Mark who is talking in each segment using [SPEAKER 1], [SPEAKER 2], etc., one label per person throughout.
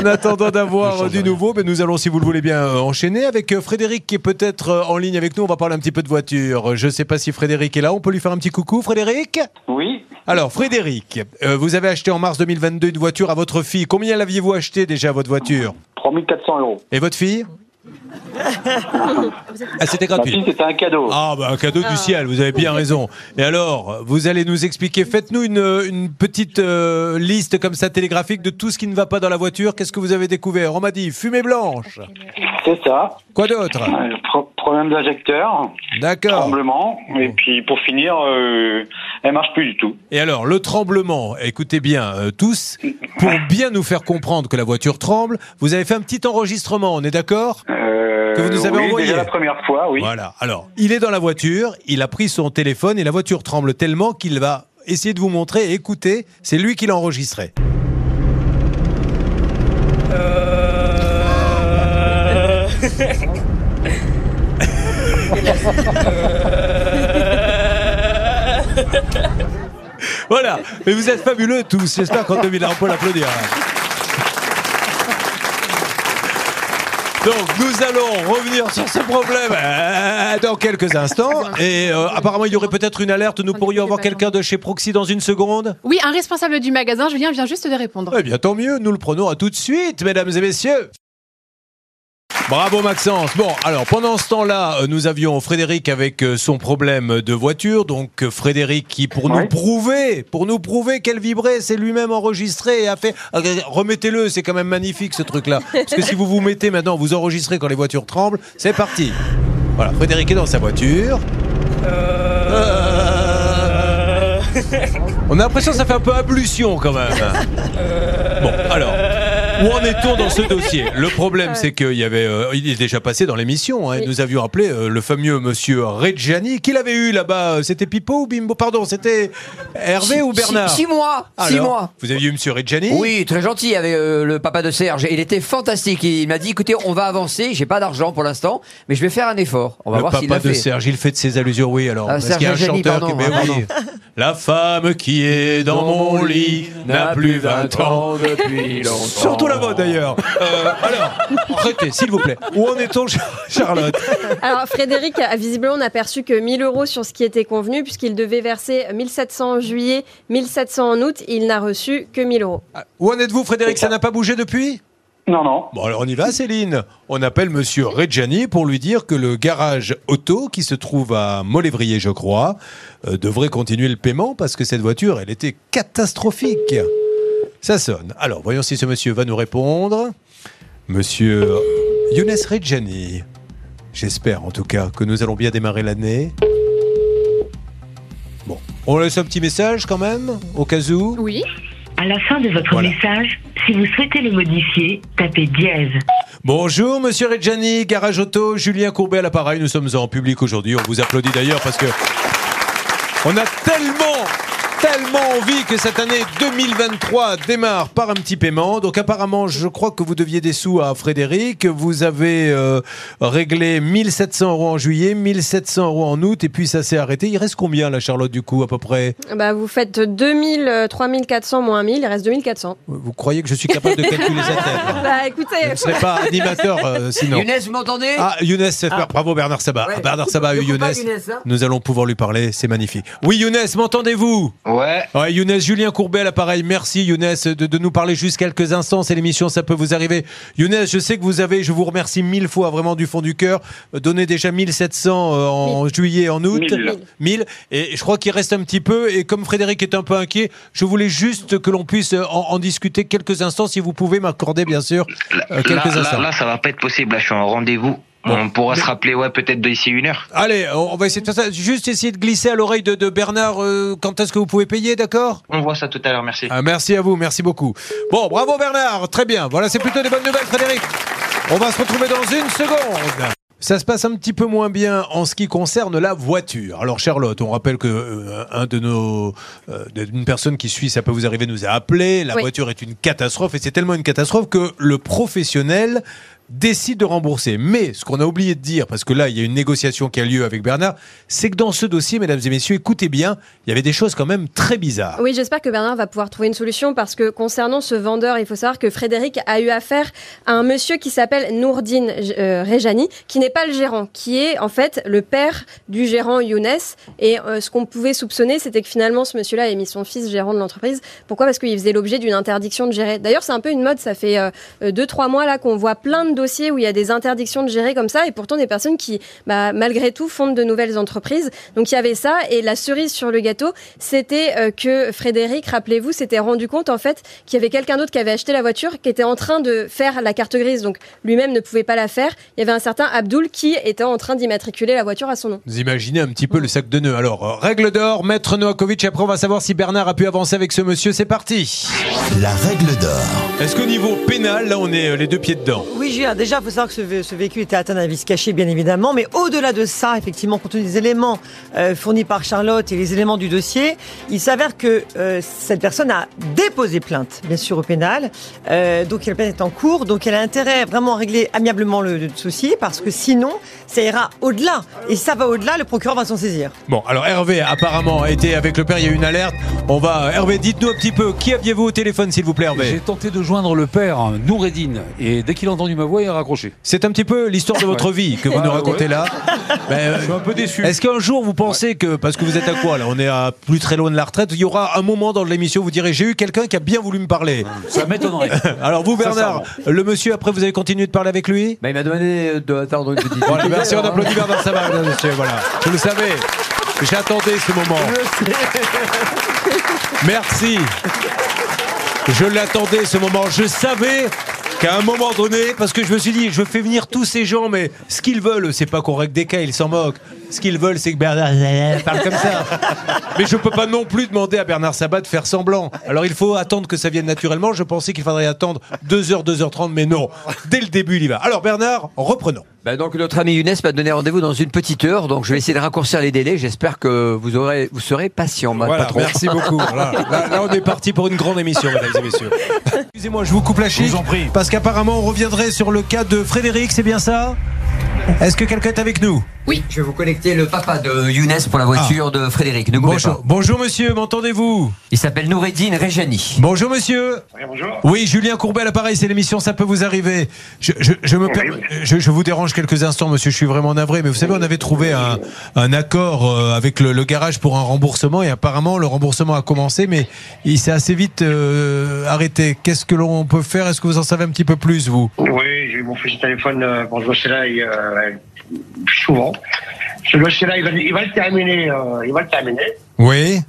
[SPEAKER 1] En attendant d'avoir du nouveau, ben, nous allons, si vous le voulez bien, euh, enchaîner avec euh, Frédéric qui est peut-être euh, en ligne avec nous. On va parler un petit peu de voiture. Je ne sais pas si Frédéric est là. On peut lui faire un petit coucou, Frédéric
[SPEAKER 2] Oui,
[SPEAKER 1] Alors, Frédéric, euh, vous avez acheté en mars 2022 une voiture à votre fille. Combien l'aviez-vous acheté déjà, votre voiture
[SPEAKER 2] 3400 euros.
[SPEAKER 1] Et votre fille Ah, c'était
[SPEAKER 2] Ma
[SPEAKER 1] gratuit.
[SPEAKER 2] fille, c'était un cadeau.
[SPEAKER 1] Ah, bah, un cadeau du ciel, vous avez bien raison. Et alors, vous allez nous expliquer, faites-nous une, une petite euh, liste comme ça télégraphique de tout ce qui ne va pas dans la voiture. Qu'est-ce que vous avez découvert On m'a dit fumée blanche. Ah.
[SPEAKER 2] C'est ça.
[SPEAKER 1] Quoi d'autre
[SPEAKER 2] Euh, pro- problème d'injecteur,
[SPEAKER 1] D'accord.
[SPEAKER 2] tremblement.
[SPEAKER 1] Oh.
[SPEAKER 2] Et puis pour finir, euh, elle marche plus du tout.
[SPEAKER 1] Et alors, le tremblement, écoutez bien euh, tous, pour bien nous faire comprendre que la voiture tremble, vous avez fait un petit enregistrement, on est d'accord
[SPEAKER 2] Euh,
[SPEAKER 1] Que vous nous avez
[SPEAKER 2] oui,
[SPEAKER 1] envoyé.
[SPEAKER 2] déjà la première fois, oui.
[SPEAKER 1] Voilà. Alors, il est dans la voiture, il a pris son téléphone et la voiture tremble tellement qu'il va essayer de vous montrer. Écoutez, c'est lui qui l'a enregistré. Voilà. Mais vous êtes fabuleux tous. J'espère qu'en 2001, on peut l'applaudir. Donc nous allons revenir sur ce problème euh, dans quelques instants. Et euh, apparemment il y aurait peut-être une alerte. Nous pourrions avoir quelqu'un de chez Proxy dans une seconde.
[SPEAKER 3] Oui, un responsable du magasin, Julien, vient juste de répondre.
[SPEAKER 1] Eh bien tant mieux, nous le prenons à tout de suite, mesdames et messieurs. Bravo Maxence. Bon, alors pendant ce temps-là, euh, nous avions Frédéric avec euh, son problème de voiture. Donc euh, Frédéric qui, pour nous
[SPEAKER 2] Ouais.
[SPEAKER 1] prouver, pour nous prouver qu'elle vibrait, s'est lui-même enregistré et a fait. Ah, Remettez-le, c'est quand même magnifique ce truc-là. Parce que si vous vous mettez maintenant, vous enregistrez quand les voitures tremblent, c'est parti. Voilà, Frédéric est dans sa voiture. Euh. On a l'impression que ça fait un peu ablution quand même. Bon, alors. Où en est-on dans ce dossier Le problème, c'est qu'il y avait, euh, il est déjà passé dans l'émission. hein, et Nous avions appelé euh, le fameux monsieur Reggiani. Qui l'avait eu là-bas euh, C'était Pipo ou Bimbo Pardon, c'était Hervé ou Bernard
[SPEAKER 4] Six, six mois Six
[SPEAKER 1] Alors,
[SPEAKER 4] mois
[SPEAKER 1] Vous aviez eu monsieur Reggiani
[SPEAKER 4] oui, très gentil avec euh, le papa de Serge. Il était fantastique. Il m'a dit écoutez, on va avancer. J'ai pas d'argent pour l'instant, mais je vais faire un effort. On va
[SPEAKER 1] Le
[SPEAKER 4] voir s'il
[SPEAKER 1] papa
[SPEAKER 4] l'a
[SPEAKER 1] de
[SPEAKER 4] fait.
[SPEAKER 1] Serge, il fait de ses allusions, oui, alors.
[SPEAKER 4] Ah,
[SPEAKER 1] parce
[SPEAKER 4] Serge
[SPEAKER 1] qu'il y a un
[SPEAKER 4] Reggiani,
[SPEAKER 1] chanteur
[SPEAKER 4] pardon,
[SPEAKER 1] qui. mais
[SPEAKER 4] ah,
[SPEAKER 1] oui. La femme qui est dans mon lit n'a plus 20 ans.
[SPEAKER 4] depuis longtemps.
[SPEAKER 1] Surtout la mode d'ailleurs. Euh, alors, arrêtez, s'il vous plaît. Où en est-on, Char- Charlotte
[SPEAKER 5] Alors Frédéric a visiblement n'aperçu que 1000 euros sur ce qui était convenu puisqu'il devait verser 1700 en juillet, 1700 en août. Il n'a reçu que 1000 euros.
[SPEAKER 1] Où en êtes-vous, Frédéric Ça n'a pas bougé depuis
[SPEAKER 2] Non, non.
[SPEAKER 1] Bon, alors on y va, Céline. On appelle monsieur Reggiani pour lui dire que le garage auto, qui se trouve à Molévrier, je crois, euh, devrait continuer le paiement parce que cette voiture, elle était catastrophique. Ça sonne. Alors, voyons si ce monsieur va nous répondre. Monsieur Younes Reggiani. J'espère en tout cas que nous allons bien démarrer l'année. Bon, on laisse un petit message quand même, au cas où.
[SPEAKER 3] Oui.
[SPEAKER 6] À la fin de votre
[SPEAKER 1] Voilà.
[SPEAKER 6] message, si vous souhaitez le modifier, tapez dièse.
[SPEAKER 1] Bonjour Monsieur Reggiani, Garage Auto, Julien Courbet à l'appareil. Nous sommes en public aujourd'hui. On vous applaudit d'ailleurs parce que on a tellement, tellement envie que cette année 2023 démarre par un petit paiement. Donc apparemment, je crois que vous deviez des sous à Frédéric. Vous avez euh, réglé 1700 euros en juillet, 1700 euros en août, et puis ça s'est arrêté. Il reste combien là, Charlotte, du coup, à peu près
[SPEAKER 5] Bah, vous faites 2000, euh, 3400 moins 1000, il reste 2400.
[SPEAKER 1] Vous croyez que je suis capable de calculer ça tête
[SPEAKER 5] Bah
[SPEAKER 1] Je
[SPEAKER 5] écoutez,
[SPEAKER 1] ne serais pas animateur euh, sinon.
[SPEAKER 4] Younes, vous m'entendez
[SPEAKER 1] Ah, Younes, bravo Bernard Sabat.
[SPEAKER 4] Ouais.
[SPEAKER 1] Ah, Bernard Sabat,
[SPEAKER 4] Le
[SPEAKER 1] oui,
[SPEAKER 4] copain
[SPEAKER 1] Younes.
[SPEAKER 4] Younes, hein
[SPEAKER 1] Nous allons pouvoir lui parler, c'est magnifique. Oui, Younes, m'entendez-vous
[SPEAKER 7] Ouais,
[SPEAKER 1] Ouais, Younes, Julien Courbet à l'appareil. Merci, Younes, de, de nous parler juste quelques instants. C'est l'émission, ça peut vous arriver. Younes, je sais que vous avez, je vous remercie mille fois, vraiment du fond du cœur, euh, donné déjà 1700 euh, en juillet, en août.
[SPEAKER 2] Mille.
[SPEAKER 1] 1000. Et je crois qu'il reste un petit peu. Et comme Frédéric est un peu inquiet, je voulais juste que l'on puisse euh, en, en discuter quelques instants, si vous pouvez m'accorder, bien sûr, euh,
[SPEAKER 7] là,
[SPEAKER 1] quelques
[SPEAKER 7] là,
[SPEAKER 1] instants.
[SPEAKER 7] là, ça va pas être possible. Là, je suis en rendez-vous. On pourra se rappeler, ouais, peut-être d'ici une heure.
[SPEAKER 1] Allez, on on va essayer de faire ça. Juste essayer de glisser à l'oreille de, de Bernard euh, quand est-ce que vous pouvez payer, d'accord
[SPEAKER 7] On voit ça tout à l'heure, merci.
[SPEAKER 1] Ah, Merci à vous, merci beaucoup. Bon, bravo Bernard, très bien. Voilà, c'est plutôt des bonnes nouvelles, Frédéric. On va se retrouver dans une seconde. Ça se passe un petit peu moins bien en ce qui concerne la voiture. Alors Charlotte, on rappelle que euh, un de nos, euh, une personne qui suit, ça peut vous arriver, nous a appelé. La
[SPEAKER 5] Oui.
[SPEAKER 1] voiture est une catastrophe et c'est tellement une catastrophe que le professionnel décide de rembourser. Mais ce qu'on a oublié de dire, parce que là, il y a une négociation qui a lieu avec Bernard, c'est que dans ce dossier, mesdames et messieurs, écoutez bien, il y avait des choses quand même très bizarres.
[SPEAKER 5] Oui, j'espère que Bernard va pouvoir trouver une solution parce que concernant ce vendeur, il faut savoir que Frédéric a eu affaire à un monsieur qui s'appelle Nourdine euh, Rejani, qui n'est pas le gérant, qui est en fait le père du gérant Younes. Et euh, ce qu'on pouvait soupçonner, c'était que finalement ce monsieur-là a mis son fils gérant de l'entreprise. Pourquoi Parce qu'il faisait l'objet d'une interdiction de gérer. D'ailleurs, c'est un peu une mode. Ça fait euh, euh, deux, trois mois là qu'on voit plein de dossiers où il y a des interdictions de gérer comme ça, et pourtant des personnes qui, bah, malgré tout, fondent de nouvelles entreprises. Donc il y avait ça, et la cerise sur le gâteau, c'était euh, que Frédéric, rappelez-vous, s'était rendu compte en fait qu'il y avait quelqu'un d'autre qui avait acheté la voiture, qui était en train de faire la carte grise, donc lui-même ne pouvait pas la faire. Il y avait un certain Abdoul qui était en train d'immatriculer la voiture à son nom.
[SPEAKER 1] Vous imaginez un petit peu le sac de nœuds. Alors, euh, règle d'or, maître Noakovic, après on va savoir si Bernard a pu avancer avec ce monsieur. C'est parti
[SPEAKER 8] La règle d'or.
[SPEAKER 1] Est-ce qu'au niveau pénal, là, on est euh, les deux pieds dedans
[SPEAKER 9] Oui, Julien, déjà, il faut savoir que ce, vé- ce véhicule était atteint d'un vice caché, bien évidemment. Mais au-delà de ça, effectivement, compte tenu des éléments euh, fournis par Charlotte et les éléments du dossier, il s'avère que euh, cette personne a déposé plainte, bien sûr, au pénal. Euh, donc, la plainte est en cours. Donc, elle a intérêt vraiment à régler amiablement le, le souci, parce que sinon, ça ira au-delà. Et si ça va au-delà, le procureur va s'en saisir.
[SPEAKER 1] Bon, alors Hervé, apparemment, a été avec le père, il y a eu une alerte. On va... euh, Hervé, dites-nous un petit peu, qui aviez-vous au téléphone, s'il vous plaît, Hervé
[SPEAKER 10] J'ai tenté de joindre le père, Noureddine, et dès qu'il a entendu ma voix, il a raccroché. Ah,
[SPEAKER 1] C'est un petit peu l'histoire de votre vie que vous nous racontez là. Ben, euh,
[SPEAKER 10] Je suis un peu déçu.
[SPEAKER 1] Est-ce qu'un jour vous pensez que, parce que vous êtes à quoi là On est à plus très loin de la retraite, il y aura un moment dans l'émission où vous direz j'ai eu quelqu'un qui a bien voulu me parler.
[SPEAKER 10] Ça m'étonnerait.
[SPEAKER 1] Alors vous Bernard, le monsieur après vous avez continué de parler avec lui
[SPEAKER 4] Bah, il m'a demandé euh, de attendre une petite.
[SPEAKER 1] Voilà, merci, on applaudit Bernard Sabat, mesdames et messieurs, voilà. Vous le savez, j'attendais ce moment. Merci. Je l'attendais ce moment, je savais qu'à un moment donné, parce que je me suis dit, je fais venir tous ces gens, mais ce qu'ils veulent, c'est pas qu'on règle des cas, ils s'en moquent. Ce qu'ils veulent, c'est que Bernard Sabat parle comme ça. Mais je peux pas non plus demander à Bernard Sabat de faire semblant. Alors il faut attendre que ça vienne naturellement. Je pensais qu'il faudrait attendre 2h, 2h30, mais non. Dès le début, il y va. Alors Bernard, reprenons.
[SPEAKER 4] Bah, donc notre ami Younes m'a donné rendez-vous dans une petite heure, donc je vais essayer de raccourcir les délais. J'espère que vous aurez, vous serez patient, ma
[SPEAKER 1] Voilà,
[SPEAKER 4] patron.
[SPEAKER 1] merci beaucoup. Voilà. Là, là, on est parti pour une grande émission, mesdames et messieurs. Excusez-moi, je vous coupe la chic. Parce qu'apparemment, on reviendrait sur le cas de Frédéric, c'est bien ça Est-ce que quelqu'un est avec nous
[SPEAKER 4] Oui, je vais vous connecter le papa de Younes pour la voiture de Frédéric. Ne coupez
[SPEAKER 1] Ah. Bonjour,
[SPEAKER 4] pas.
[SPEAKER 1] bonjour monsieur, m'entendez-vous
[SPEAKER 4] Il s'appelle Noureddine Rejani.
[SPEAKER 1] Bonjour monsieur.
[SPEAKER 2] bonjour.
[SPEAKER 1] Oui, Julien Courbet à l'appareil, c'est l'émission, ça peut vous arriver. Je, je- je me permets- je, je vous dérange quelques instants, monsieur, je suis vraiment navré, mais vous savez, on avait trouvé un, un accord euh, avec le, le garage pour un remboursement, et apparemment, le remboursement a commencé, mais il s'est assez vite euh, arrêté. Qu'est-ce que l'on peut faire Est-ce que vous en savez un petit peu plus, vous
[SPEAKER 2] Oui, j'ai eu mon fichier téléphone euh, quand je bossais là, et, euh, souvent. Ce dossier-là, il va, il va le terminer. euh, il va le terminer.
[SPEAKER 1] Oui.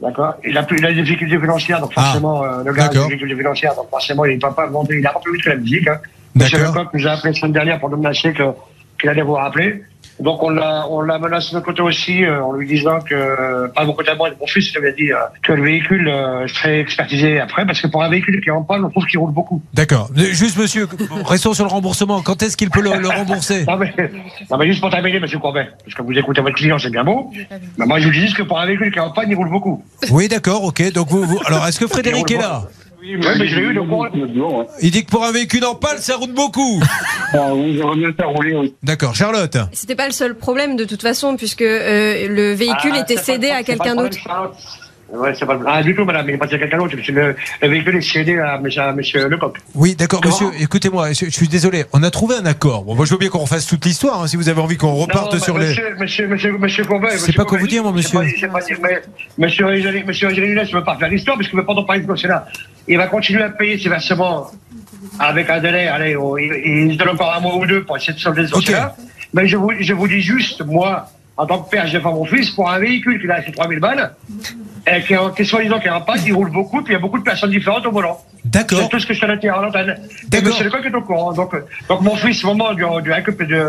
[SPEAKER 2] D'accord Il a plus il a des difficultés financières, donc
[SPEAKER 1] Ah.
[SPEAKER 2] forcément, euh, le gars a des
[SPEAKER 1] D'accord.
[SPEAKER 2] difficultés financières, donc forcément, il ne va pas vendre. Il a pas plus vite que la musique. Hein. Monsieur
[SPEAKER 1] D'accord.
[SPEAKER 2] Lecoq nous a appelé la semaine dernière pour nous menacer que- qu'il allait vous rappeler. Donc on l'a on l'a menacé de notre côté aussi euh, en lui disant que, euh, pas de mon côté à moi, de mon fils, il avait dit euh, que le véhicule euh, serait expertisé après, parce que pour un véhicule qui est en panne, on trouve qu'il roule beaucoup.
[SPEAKER 1] D'accord. Euh, Juste, monsieur, restons sur le remboursement. Quand est-ce qu'il peut le, le rembourser
[SPEAKER 2] Non Ah, mais, non mais juste pour terminer, monsieur Courbet, parce que vous écoutez votre client, c'est bien bon. Mais moi je vous dis juste que pour un véhicule qui est en panne, il roule beaucoup.
[SPEAKER 1] Oui, d'accord, ok. Donc, vous, vous- Alors, est-ce que Frédéric est là
[SPEAKER 2] Oui, mais je l'ai eu, donc on-
[SPEAKER 1] Il dit que pour un véhicule en pâle, ça roule beaucoup.
[SPEAKER 11] Ah,
[SPEAKER 1] D'accord, Charlotte.
[SPEAKER 5] C'était pas le seul problème de toute façon, puisque euh, le véhicule
[SPEAKER 2] Ah,
[SPEAKER 5] était
[SPEAKER 2] c'est pas
[SPEAKER 5] cédé
[SPEAKER 2] le-
[SPEAKER 5] à
[SPEAKER 2] c'est pas
[SPEAKER 5] quelqu'un
[SPEAKER 2] le
[SPEAKER 5] d'autre.
[SPEAKER 2] problème, ça. Ouais, c'est pas le- Ah, du tout, madame, il est passé à quelqu'un d'autre. parce que Le, le véhicule est cédé à, monsieur- à monsieur Lecoq.
[SPEAKER 1] Oui, d'accord,
[SPEAKER 2] Comment
[SPEAKER 1] monsieur, écoutez-moi, je, je suis désolé, on a trouvé un accord. Bon, moi, je veux bien qu'on refasse toute l'histoire, hein, si vous avez envie qu'on reparte
[SPEAKER 2] Non, bah,
[SPEAKER 1] sur
[SPEAKER 2] mais
[SPEAKER 1] les...
[SPEAKER 2] monsieur, Euh, Monsieur, monsieur, monsieur Courbet.
[SPEAKER 1] Je sais
[SPEAKER 2] monsieur
[SPEAKER 1] pas quoi
[SPEAKER 2] Courbet,
[SPEAKER 1] vous dire, moi,
[SPEAKER 2] je sais
[SPEAKER 1] monsieur.
[SPEAKER 2] pas- je sais pas dire, mais monsieur Rizoli- monsieur Rizoli, là, je ne veux pas faire l'histoire, parce que je veux pas en parler de ce là Il va continuer à payer ses versements oh, avec un délai. Allez, on- il, il se donne encore un mois ou deux pour essayer de solder ce
[SPEAKER 1] Ok.
[SPEAKER 2] dossier-là. Mais je vous, je vous dis juste, moi, en tant que père, j'ai pas mon fils, pour un véhicule qui a acheté 3000 balles, et qui, est en- qui est soi-disant qui est en panne, il roule beaucoup, puis il y a beaucoup de personnes différentes au volant.
[SPEAKER 1] D'accord,
[SPEAKER 2] C'est tout ce que je te l'ai dit à l'antenne. Et
[SPEAKER 1] D'accord.
[SPEAKER 2] ben, Monsieur Lecoq est au courant. Donc, euh, donc mon fils, au moment du, du récup- de, de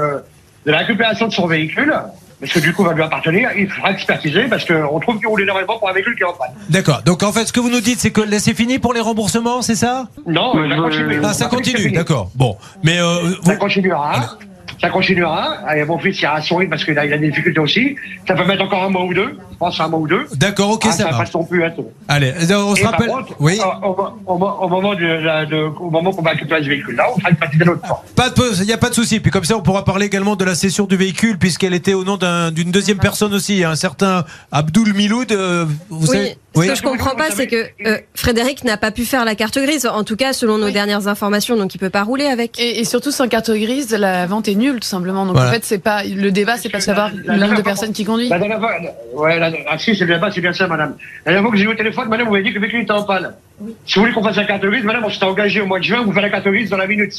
[SPEAKER 2] la récupération de son véhicule, parce que du coup va lui appartenir, il fera expertiser parce qu'on trouve qu'il roule énormément pour un véhicule qui est en panne.
[SPEAKER 1] d'accord. Donc, en fait, ce que vous nous dites, c'est que là, c'est fini pour les remboursements, c'est ça
[SPEAKER 2] Non, ça continue.
[SPEAKER 1] Ah, ça
[SPEAKER 2] Après, c'est
[SPEAKER 1] continue,
[SPEAKER 2] fini.
[SPEAKER 1] d'accord. Bon, mais... euh, vous-
[SPEAKER 2] Ça continuera. Ça continuera. Et mon fils ira à son rythme parce qu'il a, il a des difficultés aussi. Ça peut mettre encore un mois ou deux. pense à un mois ou deux.
[SPEAKER 1] D'accord, ok,
[SPEAKER 2] Ah,
[SPEAKER 1] ça
[SPEAKER 2] va
[SPEAKER 1] marche.
[SPEAKER 2] pas non plus être.
[SPEAKER 1] Allez, euh, on se
[SPEAKER 2] Et par
[SPEAKER 1] rappelle.
[SPEAKER 2] contre,
[SPEAKER 1] oui.
[SPEAKER 2] euh, Au, au- au- au moment de, la- de- au moment qu'on va récupérer ce véhicule-là, on fera une partie de l'autre temps.
[SPEAKER 1] Pas de, il n'y a pas de souci. Puis comme ça, on pourra parler également de la cession du véhicule, puisqu'elle était au nom d'un- d'une deuxième personne aussi, un certain Abdoul Miloud. euh, vous
[SPEAKER 5] oui,
[SPEAKER 1] savez-
[SPEAKER 5] ce que je comprends pas, c'est que euh, Frédéric n'a pas pu faire la carte grise, en tout cas selon nos dernières informations, donc il peut pas rouler avec.
[SPEAKER 3] Et, et surtout, sans carte grise, la vente est nulle, tout simplement. Donc,
[SPEAKER 1] Voilà.
[SPEAKER 3] en fait, c'est pas, le débat, c'est pas de savoir
[SPEAKER 2] la-
[SPEAKER 3] le
[SPEAKER 2] la-
[SPEAKER 3] nombre de
[SPEAKER 2] la-
[SPEAKER 3] personnes qui conduisent.
[SPEAKER 2] La dernière fois, la- ouais, la, ah si, c'est là-bas, c'est bien ça, madame. La dernière fois que j'ai eu au téléphone, madame, vous m'avez dit que le véhicule était en panne. Si vous voulez qu'on fasse la carte grise, madame, on s'était engagé au mois de juin, vous faites la carte grise dans la minute.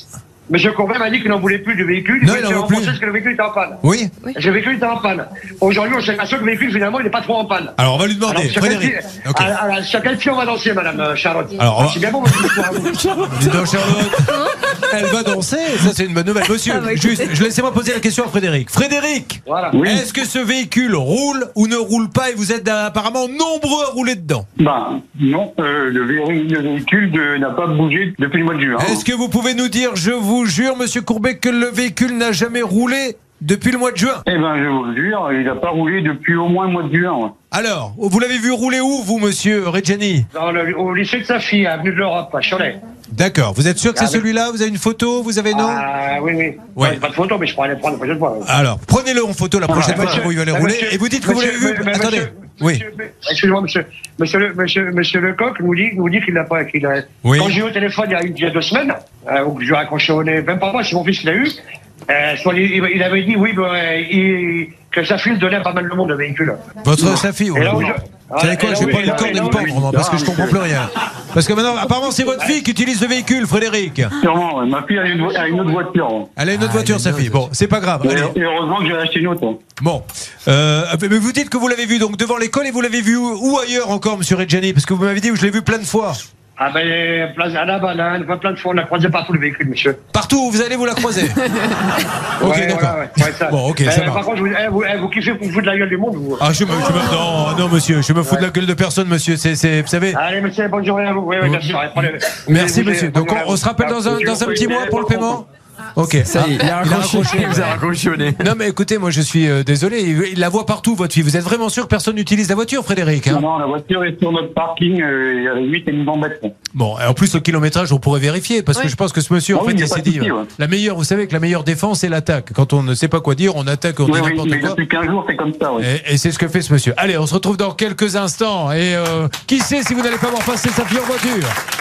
[SPEAKER 2] Monsieur Courbet m'a dit qu'il n'en voulait plus du véhicule,
[SPEAKER 1] Non,
[SPEAKER 2] mais
[SPEAKER 1] il en
[SPEAKER 2] j'ai
[SPEAKER 1] veut plus.
[SPEAKER 2] renforcé parce que le véhicule était en panne.
[SPEAKER 1] Oui.
[SPEAKER 2] Le véhicule était en panne. Aujourd'hui, on s'est aperçu que le véhicule, finalement, il n'est pas trop en panne.
[SPEAKER 1] Alors, on va lui demander.
[SPEAKER 2] sur quel
[SPEAKER 1] Frédéric.
[SPEAKER 2] pied-
[SPEAKER 1] Ok.
[SPEAKER 2] à- à- sur quel pied on va danser, madame euh, Charlotte
[SPEAKER 1] Alors, on va-
[SPEAKER 2] C'est bien bon, votre histoire. à vous.
[SPEAKER 1] Dis donc, Charlotte. Elle va danser. Ça, c'est une bonne nouvelle. Monsieur,
[SPEAKER 5] Hein Ah, bah, écoutez.
[SPEAKER 1] juste, je laissez-moi poser la question à Frédéric. Frédéric,
[SPEAKER 2] Voilà.
[SPEAKER 1] est-ce que ce véhicule roule ou ne roule pas Et vous êtes euh, apparemment nombreux à rouler dedans.
[SPEAKER 11] Ben non, euh, le, vé- le véhicule de- n'a pas bougé depuis le mois de juin.
[SPEAKER 2] Oh.
[SPEAKER 1] Est-ce que vous pouvez nous dire, je vous jure, monsieur Courbet, que le véhicule n'a jamais roulé depuis le mois de juin
[SPEAKER 11] Eh ben je vous le jure, il n'a pas roulé depuis au moins le mois de juin. ouais.
[SPEAKER 1] Alors, vous l'avez vu rouler où, vous, monsieur Reggiani
[SPEAKER 2] Dans le- au lycée de sa fille, avenue de l'Europe, à Cholet.
[SPEAKER 1] D'accord. Vous êtes sûr que c'est
[SPEAKER 2] Ah, oui.
[SPEAKER 1] celui-là Vous avez une photo Vous avez non
[SPEAKER 2] Ah, oui, oui.
[SPEAKER 1] Ouais.
[SPEAKER 2] Ouais, j'ai pas de photo, mais je pourrais aller prendre la prochaine fois.
[SPEAKER 1] Alors, prenez-le en photo la prochaine
[SPEAKER 2] Voilà.
[SPEAKER 1] fois que vous y allez
[SPEAKER 2] Bah,
[SPEAKER 1] rouler
[SPEAKER 2] monsieur-
[SPEAKER 1] et vous dites que vous
[SPEAKER 2] monsieur-
[SPEAKER 1] l'avez vu.
[SPEAKER 2] mais- mais
[SPEAKER 1] Attendez.
[SPEAKER 2] monsieur-
[SPEAKER 1] oui.
[SPEAKER 2] monsieur- mais- Excusez-moi, monsieur. Monsieur, le- monsieur, monsieur Lecoq nous dit, nous dit qu'il n'a pas. qu'il a-
[SPEAKER 1] Oui.
[SPEAKER 2] Quand j'ai eu au téléphone il y a, une- il y a deux semaines, euh, où je lui ai raccroché au nez, même pas moi, c'est mon fils qui l'a eu, euh, sur les- il, il avait dit, oui, ben, euh, il- que ça file donnait à pas mal de monde, le véhicule.
[SPEAKER 1] Votre sa fille.
[SPEAKER 2] Et là,
[SPEAKER 1] oui.
[SPEAKER 2] je-
[SPEAKER 1] Vous savez quoi
[SPEAKER 2] Et là,
[SPEAKER 1] Je vais
[SPEAKER 2] oui,
[SPEAKER 1] prendre
[SPEAKER 2] et
[SPEAKER 1] le
[SPEAKER 2] là,
[SPEAKER 1] corps
[SPEAKER 2] et
[SPEAKER 1] de
[SPEAKER 2] là,
[SPEAKER 1] vous
[SPEAKER 2] oui.
[SPEAKER 1] pendre moi, parce que je comprends plus rien. Parce que maintenant, apparemment, c'est votre fille qui utilise le véhicule, Frédéric.
[SPEAKER 11] Sûrement, ouais. ma fille a une, vo- a une autre voiture. ouais.
[SPEAKER 1] Elle a une autre voiture, sa fille. Bon, c'est pas grave.
[SPEAKER 11] Et,
[SPEAKER 1] Allez.
[SPEAKER 11] et heureusement que j'ai acheté une autre. ouais.
[SPEAKER 1] Bon, Euh, mais vous dites que vous l'avez vu donc devant l'école et vous l'avez vu où, où ailleurs encore, Monsieur Reggiani Parce que vous m'avez dit que je l'ai vu plein de fois.
[SPEAKER 2] Ah ben, place à la banane, plein de fois, on l'a croisé partout le véhicule, monsieur.
[SPEAKER 1] Partout où vous allez, vous la croisez. ok,
[SPEAKER 2] Ouais,
[SPEAKER 1] d'accord.
[SPEAKER 2] voilà, ouais, ouais, ça.
[SPEAKER 1] Bon, ok,
[SPEAKER 2] Eh,
[SPEAKER 1] ça
[SPEAKER 2] Par
[SPEAKER 1] marche.
[SPEAKER 2] contre, je vous, eh, vous, eh, vous kiffez pour vous de la gueule du monde, vous.
[SPEAKER 1] Ah, je me, je me- non, non, monsieur, je me fous de la gueule de personne, monsieur. C'est, c'est, vous savez.
[SPEAKER 2] Allez, monsieur, bonne journée à vous. Oui, oui, bien sûr. Allez, prenez-
[SPEAKER 1] Merci,
[SPEAKER 2] vous- vous-
[SPEAKER 1] monsieur.
[SPEAKER 2] bonne
[SPEAKER 1] Donc,
[SPEAKER 2] journée à
[SPEAKER 1] on, on
[SPEAKER 2] vous.
[SPEAKER 1] se rappelle dans un, dans un petit mois pour le paiement. Ok.
[SPEAKER 4] Ça y est,
[SPEAKER 1] Ah,
[SPEAKER 4] il a raccroché. Il nous a raccroché au nez.
[SPEAKER 1] Non, mais écoutez, moi, je suis euh, désolé. Il, il la voit partout, votre fille. Vous êtes vraiment sûr que personne n'utilise la voiture, Frédéric hein
[SPEAKER 11] Non, non, la voiture est sur notre parking, euh, il y avait 8 et une bambette. ouais.
[SPEAKER 1] Bon, et en plus, le kilométrage, on pourrait vérifier, parce que
[SPEAKER 3] Oui.
[SPEAKER 1] je pense que ce monsieur, en
[SPEAKER 11] Ah oui,
[SPEAKER 1] fait,
[SPEAKER 11] il y a
[SPEAKER 1] il
[SPEAKER 11] pas
[SPEAKER 1] s'est
[SPEAKER 11] de
[SPEAKER 1] dit,
[SPEAKER 11] souci,
[SPEAKER 1] euh,
[SPEAKER 11] ouais.
[SPEAKER 1] la meilleure, vous savez que la meilleure défense, c'est l'attaque. Quand on ne sait pas quoi dire, on attaque, on
[SPEAKER 11] Oui,
[SPEAKER 1] dit
[SPEAKER 11] oui,
[SPEAKER 1] n'importe
[SPEAKER 11] mais
[SPEAKER 1] quoi.
[SPEAKER 11] depuis 15 jours, c'est comme ça. ouais.
[SPEAKER 1] Et, et c'est ce que fait ce monsieur. Allez, on se retrouve dans quelques instants. Et euh, qui sait si vous n'allez pas avoir passé sa fille en voiture